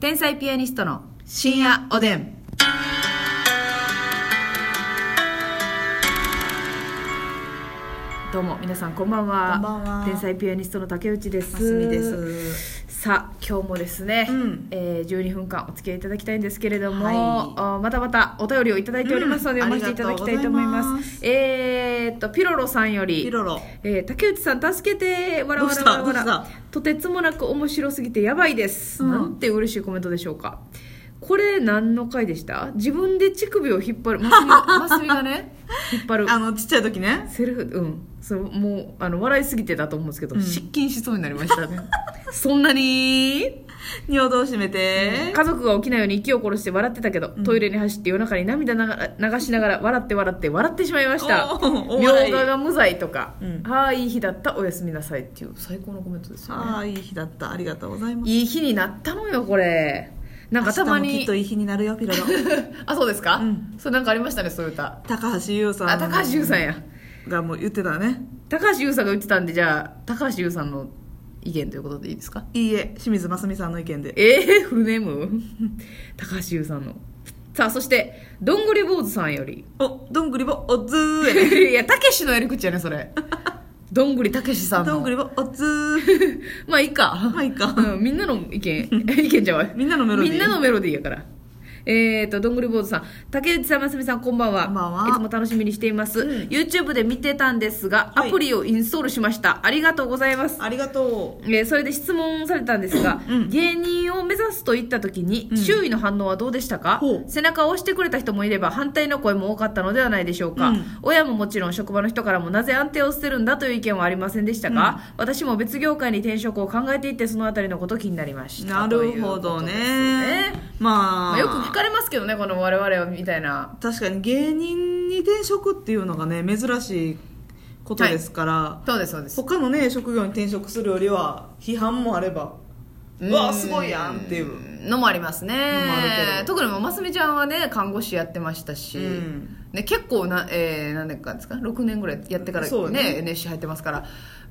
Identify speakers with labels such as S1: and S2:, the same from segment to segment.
S1: 天才ピアニストの深夜おでん。どうも皆さんこんばんは。
S2: こんばんは
S1: 天才ピアニストの竹内です。
S2: ますみです。
S1: さあ今日もですね、
S2: うん
S1: えー12分間お付き合いいただきたいんですけれども、
S2: はい
S1: あまたまたお便りをいただいておりますので、
S2: うん
S1: 読ませていただきたいと思います
S2: ありがとうございます
S1: えーっとピロロさんより
S2: ピロロ。
S1: えー竹内さん助けてわらわら
S2: どうし
S1: わ
S2: た
S1: らわ
S2: どう
S1: ら
S2: し
S1: とてつもなく面白すぎてやばいです、
S2: うん
S1: なんて嬉しいコメントでしょうかこれ何の回でした自分で乳首を引っ張るマス ミマスミがね引っ張る
S2: あのちっちゃい時ね。
S1: セルフうんそうもうあの笑いすぎてだと思うんですけど、
S2: うん
S1: 失禁しそうになりましたねそんなに
S2: 尿道閉めて。
S1: 家族が起きないように息を殺して笑ってたけど、
S2: うん
S1: トイレに走って夜中に涙なが流しながら笑って笑って笑ってしまいました
S2: おーお
S1: みょ
S2: 笑いう
S1: がが無罪とか、
S2: うん
S1: ああいい日だったおやすみなさいっていう最高のコメントですよ
S2: あ
S1: ね
S2: あいい日だった。ありがとうございます。
S1: いい日になったのよこれなんかたま
S2: 明日もき
S1: に
S2: っといい日になるよ ピロロ。
S1: あそうですか、
S2: うん
S1: そうなんかありましたねそういう歌
S2: 高橋優さん。
S1: あ高橋優さんや
S2: がもう言ってたね。
S1: 高橋優さんが言ってたんでじゃあ高橋優さんの意見ということでいいですか
S2: いいえ清水真澄さんの意見で。
S1: えー、フルネーム高橋優さんのさあそしてどんぐり坊主さんより
S2: おどんぐりぼおっずーえ。
S1: いや、たけしのやり口やね、それ。どんぐりたけしさんの。
S2: どんぐりぼおっずー。
S1: まあ、いいか。
S2: まあいいか
S1: うんみんなの 意見。意見じゃわ。
S2: みんなのメロディー
S1: みんなのメロディーやから。えーと、どんぐり坊主さん。竹内さん、ますみさん、こんばんは。
S2: こんばんはい
S1: つも楽しみにしています。
S2: うん
S1: YouTube で見てたんですが、
S2: はい
S1: アプリをインストールしました。ありがとうございます。
S2: ありがとう。
S1: えーそれで質問されたんですが、
S2: うん
S1: 芸人を目指すと言った時に、
S2: うん
S1: 周囲の反応はどうでしたか
S2: ほう
S1: 背中を押してくれた人もいれば反対の声も多かったのではないでしょうか、
S2: うん
S1: 親ももちろん職場の人からもなぜ安定を捨てるんだという意見はありませんでしたが、私も別業界に転職を考えていてそのあたりのこと気になりま した
S2: なるほど
S1: ということです
S2: ね
S1: ね。ま
S2: ま
S1: あ、
S2: あ
S1: よく聞かれますけどねこの我々みたいな
S2: 確かに芸人に転職っていうのがね珍しいことですから。
S1: そうですそうです
S2: 他のね職業に転職するよりは批判もあればうわすごいやんっていう
S1: のもありますね
S2: もあるけど
S1: 特にもうますみちゃんはね看護師やってましたし、
S2: うん
S1: ね、結構な、えー、何年間ですか6年ぐらいやってから
S2: そう
S1: ね
S2: よね
S1: NSC 入ってますから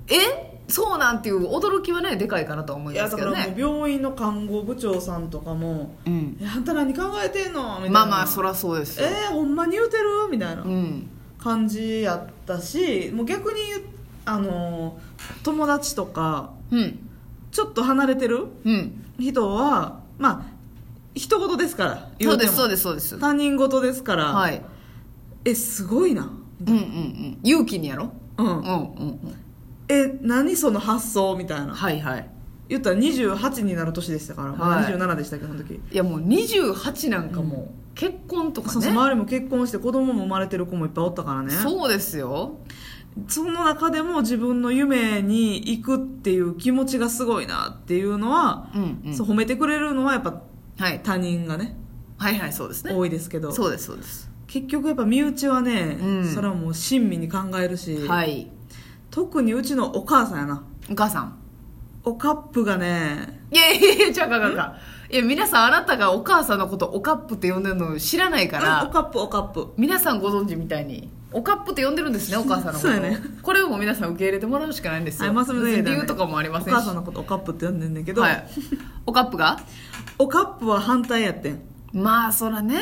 S1: えそうなんていう驚きはねでかいかなとは思
S2: い
S1: いま
S2: や
S1: す
S2: だ
S1: け
S2: か
S1: ど
S2: らもう
S1: ね
S2: 病院の看護部長さんとかも
S1: うん
S2: 「いやあんた何考えてんの?」みたいな
S1: まあまあそらそうですよ、
S2: えー、ほんまに言うてる?」みたいな
S1: うん
S2: 感じやったしもう逆にあのー友達とか
S1: うん
S2: ちょっと離れてる
S1: うん
S2: 人はまあ一言ですから言
S1: そう
S2: て
S1: で
S2: も
S1: すそうですそうです
S2: 他人事ですから、
S1: はい
S2: えすごいな
S1: うんうんうん勇気にやろ
S2: う
S1: うん
S2: ん
S1: うんうん
S2: え何その発想みたいな
S1: はいはい
S2: 言ったら28になる年でしたから、ま
S1: は
S2: あ
S1: い
S2: 27でしたっけどその時、
S1: いやもう28なんかもう結婚とかね
S2: そうそう周りも結婚して子供も生まれてる子もいっぱいおったからね
S1: そうですよ
S2: その中でも自分の夢に行くっていう気持ちがすごいなっていうのは、
S1: うんうん
S2: そう褒めてくれるのはやっぱ
S1: はい
S2: 他人がね
S1: はいはいそうですね
S2: 多いですけど
S1: そうですそうです
S2: 結局やっぱ身内はね、
S1: うん
S2: それはもう親身に考えるし、
S1: はい
S2: 特にうちのお母さんやな
S1: お母さん
S2: おカップがね
S1: いやいやいや、ちゃうかあかんあかん。いや、皆さんあなたがお母さんのことおかっぷって呼んでるの知らないか
S2: うんお
S1: ら、
S2: カップおカップ
S1: 皆さんご存知みたいに、おかっぷって呼んでるん ですね、お母さんのこと。
S2: そうやね
S1: これをもう皆さん受け入れてもらうしかないんですよ。
S2: あまあそれでいい
S1: 別
S2: ね
S1: に理由とかもあり
S2: お
S1: ませんし。
S2: 母さんのことおカップって呼んでんねんけど、
S1: はい。おかっぷが
S2: おカップは反対やってん
S1: まあ、そらね。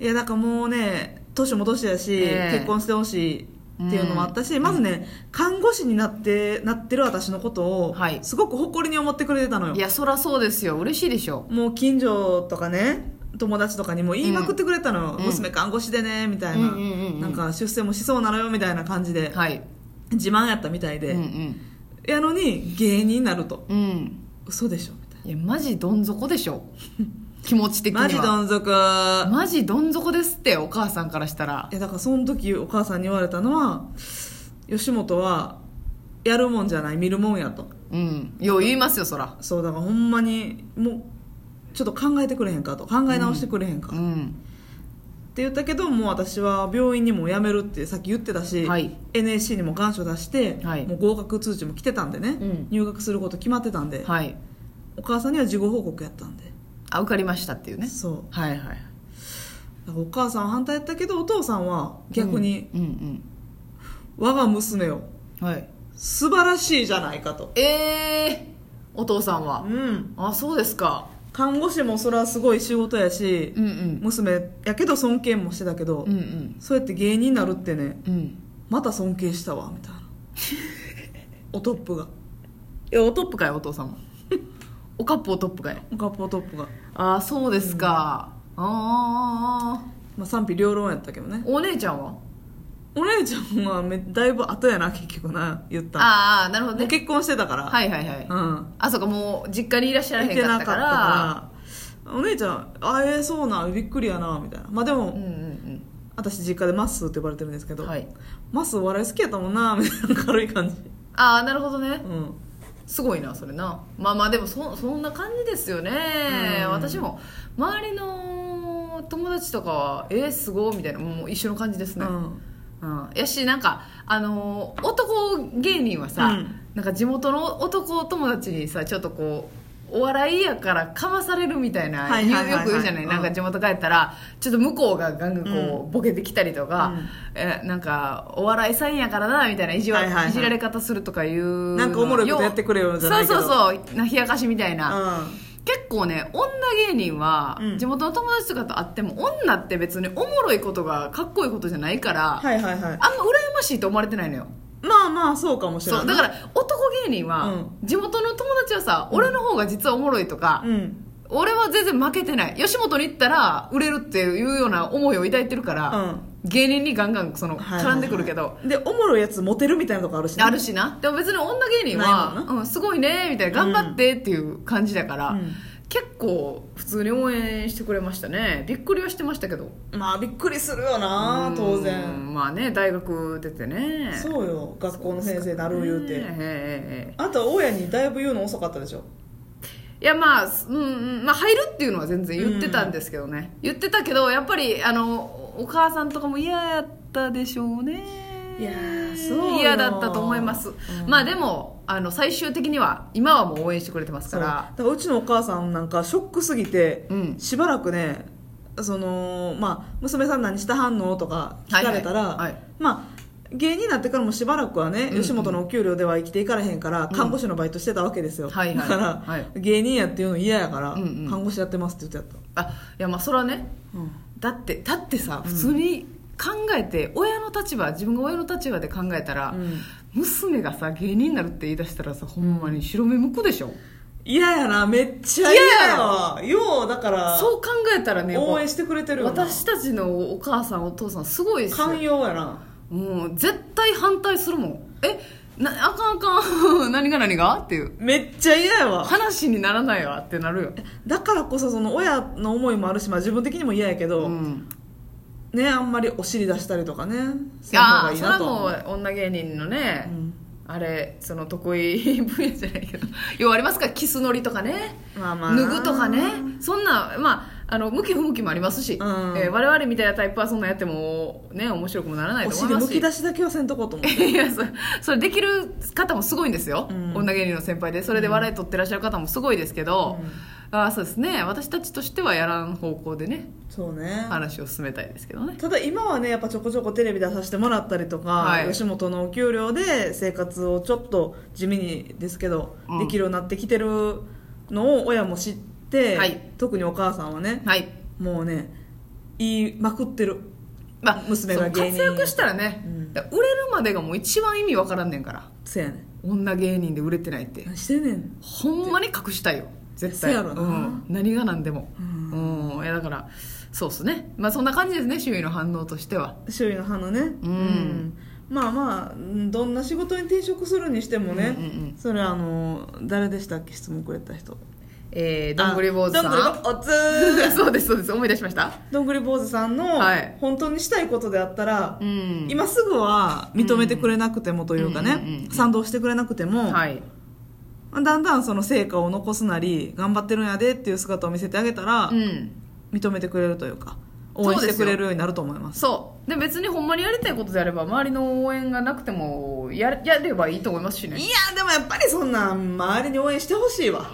S2: いやだからもうね年も年やし、
S1: ええ
S2: 結婚してほしいっていうのもあったし、まずね看護師になってなってる私のことを、
S1: はい
S2: すごく誇りに思ってくれてたのよ
S1: いや、そらそうですよ。嬉しいでしょ。
S2: もう近所とかね友達とかにも言いまくってくれたのよ、
S1: うん
S2: 娘看護師でねみたいな、
S1: うんうんうんうん
S2: なんか出世もしそうなのよみたいな感じで、
S1: はい。
S2: 自慢やったみたい
S1: うん
S2: で、
S1: うん。
S2: やのに芸人になると
S1: うん。
S2: 嘘でしょみたい
S1: いや、マジどん底でしょ。気持ち的に
S2: な
S1: は。
S2: マジどん底い
S1: マジどん底ですって、お母さんからしたら。
S2: やだからその時お母さんに言われたのは吉本はやるもんじゃない見るもんやと
S1: うん。よう言いますよ、そら。
S2: そうだからほんまにもうちょっと考えてくれへんかと考え直してくれへんか、
S1: う
S2: って
S1: ん。
S2: 言ったけどもう私は病院にも辞めるってさっき言ってたし、
S1: はい
S2: NSC にも願書出して、
S1: はい
S2: もう合格通知も来てたんでね、
S1: うん
S2: 入学すること決まってたんで、
S1: はい。
S2: お母さんには事後報告やったんで、
S1: あ受かりましたっていうね
S2: そう
S1: はいはい
S2: だからお母さんは反対やったけどお父さんは逆に、
S1: うんうん、
S2: 我が娘を
S1: うんはい
S2: 素晴らしいじゃないかと
S1: ええー、お父さんは
S2: う、ん
S1: あそうですか
S2: 看護師もそれはすごい仕事やし、
S1: うんうん
S2: 娘やけど尊敬もしてたけど、
S1: うんうん
S2: そうやって芸人になるってね
S1: うん
S2: また尊敬したわみ たいなおトップが
S1: えおトップかいお父さんも おかっぽおトップかい
S2: おかっぽおトップが、
S1: ああそうですか、ああ
S2: まあ、賛否両論やったけどね
S1: お姉ちゃんは
S2: お姉ちゃんはめだいぶ後やな結局な言ったの
S1: ああなるほど
S2: もう
S1: ね
S2: 結婚してたから、
S1: はいはいはい、
S2: うん
S1: あそうかもう実家にいらっしゃらへ
S2: 行
S1: ん
S2: け
S1: か
S2: なか
S1: っ
S2: ったたか
S1: から
S2: らお姉ちゃん会えそうなびっくりやなみたいなまあでも、
S1: うんうん
S2: 私実家でマッスーって呼ばれてるんですけ
S1: う
S2: ど、
S1: んはい
S2: マッスーお笑い好きやったもんなみたいな軽い感じ
S1: ああなるほどね
S2: うん
S1: すごいなそれなまあまあでもそそんな感じですよね、
S2: うん
S1: 私も周りの友達とかはえー、すごいみたいなもう一緒の感じです
S2: う
S1: ね、
S2: ん
S1: うん、やしなんか、あのー男芸人はさ、
S2: うん
S1: なんか地元の男友達にさちょっとこうお笑いやからかまされるみたいな、
S2: はいはいはいはい
S1: よく言うじゃない、
S2: うん
S1: なんか地元帰ったらちょっと向こうがガンガンこう、ボケてきたりとか、えなんかお笑いさんやからなみたいないじわ、
S2: はいいはいはい
S1: じられ方するとかいう
S2: なんかおもろいことやってくれよじゃないけど
S1: そうそうそうな冷やかしみたいな、
S2: うん
S1: 結構ね女芸人は
S2: うん
S1: 地元の友達とかと会っても、女って別におもろいことがかっこいいことじゃないから、
S2: はいはいはい
S1: あんま羨ましいと思われてないのよ
S2: まあまあそうかもしれな
S1: そ
S2: いう
S1: だから男芸人は、
S2: うん
S1: 地元の友達はさ俺の方が実はおもろいとか、
S2: うん
S1: 俺は全然負けてない吉本に行ったら売れるっていうような思いを抱いてるから、
S2: うん
S1: 芸人にガンガンその
S2: はいはいは
S1: 絡
S2: い
S1: んでくるけど、
S2: でおもろいやつモテるみたいなとこあるしね
S1: あるしなでも別に女芸人
S2: ない
S1: は
S2: もん、
S1: うん、すごいねみたいな頑張ってっていう感じだから、
S2: うん
S1: 結構普通に応援してくれましたねびっくりはしてましたけど
S2: まあびっくりするよな当然
S1: うんまあね大学出てね
S2: そうよ学校の先生なる言う
S1: ねえ
S2: て
S1: えええ
S2: あとは親にだいぶ言うの遅かったでしょ
S1: えいやまあ、うんうんまあ、入るっていうのは全然言ってたんですけどね、言ってたけどやっぱりあのお母さんとかも嫌やったでしょうね
S2: いやーそうよ
S1: 嫌だったと思います、
S2: うん
S1: まあでもあの最終的には今はもう応援してくれてますか
S2: そうだ
S1: ら
S2: からうちのお母さんなんかショックすぎて、
S1: うん
S2: しばらくねその、まあ、娘さん何したはんのとか聞かれたら、
S1: はいはいはい
S2: まあ芸人になってからもしばらくはね、
S1: うんうん
S2: 吉本のお給料では生きていかれへんから、
S1: ん
S2: 看護師のバイトしてたわけですよ、
S1: はいはい
S2: だから、
S1: はい
S2: 芸人やっていうの嫌やから、
S1: うんうん
S2: 看護師やってますって言ってやっ
S1: あいやまあそれはね
S2: た、
S1: だってだってさ普通に考えて、親の立場自分が親の立場で考えたら、
S2: うん
S1: 娘がさ芸人になるって言い出したらさほんまに白目向くでしょ、
S2: 嫌やなめっちゃ嫌やわようだから
S1: そう考えたらね
S2: 応援してくれてるよな
S1: 私たちのお母さんお父さんすごいですよ
S2: 寛容やな
S1: もう絶対反対するもんえなあかんあかん 何が何がっていう
S2: めっちゃ嫌やわ
S1: 話にならないわってなるよ、
S2: だからこそその親の思いもあるし、まあ、自分的にも嫌やけど、
S1: うん、
S2: ねあんまりお尻出したりとかね
S1: い
S2: せん方
S1: や
S2: がいい
S1: それは
S2: なとは
S1: も
S2: 思う
S1: う女芸人のね、
S2: うん
S1: あれその得意 分野じゃないけど要はありますからキスのりとかね、
S2: まあまあな
S1: 脱ぐとかねそんなまああの向き不向きもありますし、
S2: ん
S1: えー我々みたいなタイプはそんなやってもね面白くもならない
S2: お
S1: と思い
S2: 尻
S1: ま
S2: む
S1: す
S2: き
S1: し
S2: 出しだけはせんとこうと思う
S1: いやそそれできる方もすごいんですよ、
S2: うん
S1: 女芸人の先輩でそれで笑い取ってらっしゃる方もすごいですけど、あーそうですね私たちとしてはやらん方向でね
S2: そうね
S1: 話を進めたいですけどね
S2: ただ今はねやっぱちょこちょこテレビ出させてもらったりとか、
S1: はい
S2: 吉本のお給料で生活をちょっと地味にですけど、
S1: うん
S2: できるようになってきてるのを親も知って、
S1: はい
S2: 特にお母さんはね
S1: はい
S2: もうね言いまくってる
S1: まあ、
S2: 娘が芸人
S1: そう活躍したらね、
S2: うん
S1: だから売れるまでがもう一番意味わからんねんから
S2: せやねん
S1: 女芸人で売れてないって
S2: 何してんねん
S1: ほんまに隠したいよ絶対、
S2: そうやろなん
S1: 何が何でも
S2: う
S1: うん、いやだからそうっすねまあそんな感じですね周囲の反応としては
S2: 周囲の反応ねうんまあまあうんどんな仕事に転職するにしてもね、
S1: うんうんうん
S2: それあの誰でしたっけ質問くれた人
S1: えー、どんぐり坊主
S2: あどんぐり
S1: さ
S2: ぼおつ
S1: ん
S2: ー
S1: そうですそうです思い出しました
S2: どんぐり坊主さんの
S1: はい
S2: 本当にしたいことであったら、
S1: うん
S2: 今すぐは認めてくれなくてもというかね、
S1: うんうんうんうん
S2: 賛同してくれなくても、
S1: はい
S2: だんだんその成果を残すなり頑張ってるんやでっていう姿を見せてあげたら、
S1: うん
S2: 認めてくれるというか
S1: そ
S2: 応
S1: う
S2: 援
S1: ですよ
S2: してくれるようになると思います
S1: そうで別にほんまにやりたいことであれば周りの応援がなくてもややればいいと思いますし
S2: い
S1: ね
S2: やでもやっぱりそんなん周りに応援してほしいわ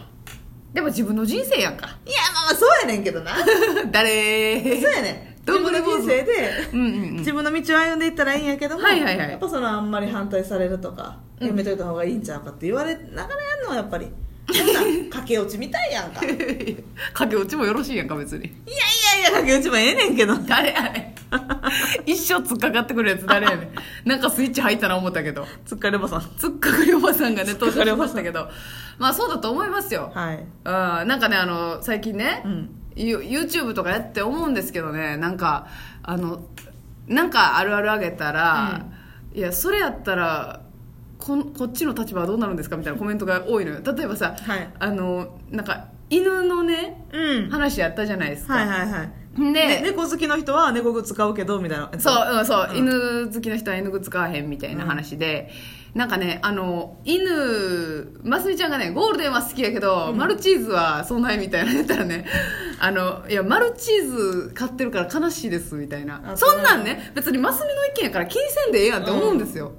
S1: でも自分の人生やん か
S2: いやまあまあそうやねんけど なそう
S1: 誰
S2: やねん
S1: ど
S2: 自
S1: んぐ
S2: 分
S1: り
S2: の
S1: 坊主
S2: 人生で
S1: うんうんう ん
S2: 自分の道を歩んでいったらいいんやけども、
S1: はいはいはい
S2: やっぱそのあんまり反対されるとか、
S1: うん
S2: やめといた方がいいんちゃうかって言われながらやるのはやっぱりそんなん駆け落ちみたいやんかいやい
S1: 駆け落ちもよろしいやんか別に
S2: やいや駆け落ちもええねんけど
S1: 誰やねん一生突っかかってくるやつ誰やねんなんかスイッチ入ったな思ったけど
S2: つっかればさん
S1: 突っかかりおばさんがね登場
S2: かり
S1: し
S2: おば
S1: まし
S2: さ
S1: た
S2: ん
S1: けどまあそうだと思いますよ、
S2: はい
S1: うんなんかねあの最近ね、
S2: うん
S1: ユ YouTube とかやって思うんですけどねなんかあのなんかあるあるあげたら、いやそれやったらこんこっちの立場はどうなるんですかみたいなコメントが多いのよ例えばさ、
S2: はい
S1: あのなんか犬のね
S2: うんは
S1: 話やったじゃないですか、
S2: いはいはい
S1: で、
S2: ね猫好きの人は猫靴買うけどみたいな
S1: そう、うん、そう、
S2: うん
S1: 犬好きの人は犬靴買わへんみたいな話で、なんかねあの犬ますみちゃんがねゴールデンは好きやけど、マルチーズはそんないみたいなの言ったらねあのいやマルチーズ買ってるから悲しいですみたいな
S2: あ
S1: そんなんね別にますみの意見やから気にせんでええやんって思うんですよ、うん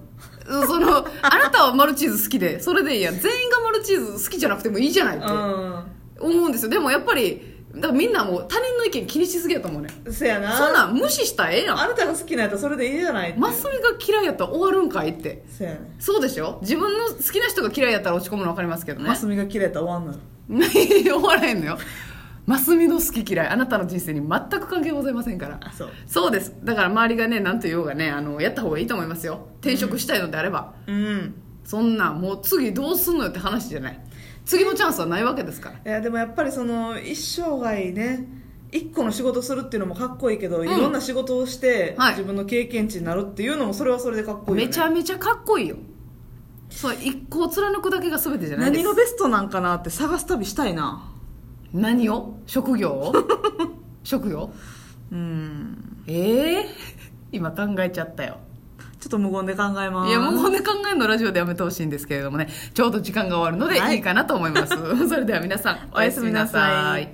S1: そのあなたはマルチーズ好きでそれでいいやん全員がマルチーズ好きじゃなくてもいいじゃないって
S2: う
S1: 思うんですよでもやっぱりだからみんなもう他人の意見気にしすぎやと思うね
S2: んせやな
S1: そんなん無視したらええやん
S2: あなたが好きなやつはそれでいいじゃない
S1: マスミが嫌いやったら終わるんかいって
S2: せやねん
S1: そうでしょ自分の好きな人が嫌いやったら落ち込むの分かりますけどね
S2: マスミが切れたら終わんの よ
S1: 終わらへんのよマスミの好き嫌いあなたの人生に全く関係ございませんから
S2: あそう
S1: そうですだから周りがね何と言おうがねあのやった方がいいと思いますよ転職したいのであれば、
S2: うん
S1: そんなんもう次どうすんのよって話じゃない次のチャンスはないわけですから
S2: いやでもやっぱりその一生涯ね一個の仕事するっていうのもかっこいいけど、
S1: ん
S2: いろんな仕事をして、
S1: はい
S2: 自分の経験値になるっていうのもそれはそれでかっこいいよ、ね、
S1: めちゃめちゃかっこいいよそう一個を貫くだけが全てじゃないで
S2: 何
S1: す
S2: がベストなんかなって探す旅したいな
S1: 何を職業 を職業
S2: うん
S1: ええ 今考えちゃったよ
S2: ちょっと無言で考えます
S1: いやもうね考えるのラジオでやめてほしいんですけれどもねちょうど時間が終わるので
S2: はい
S1: いいかなと思います、それでは皆さんおやすみな
S2: おやすみな
S1: さ
S2: さ
S1: い
S2: い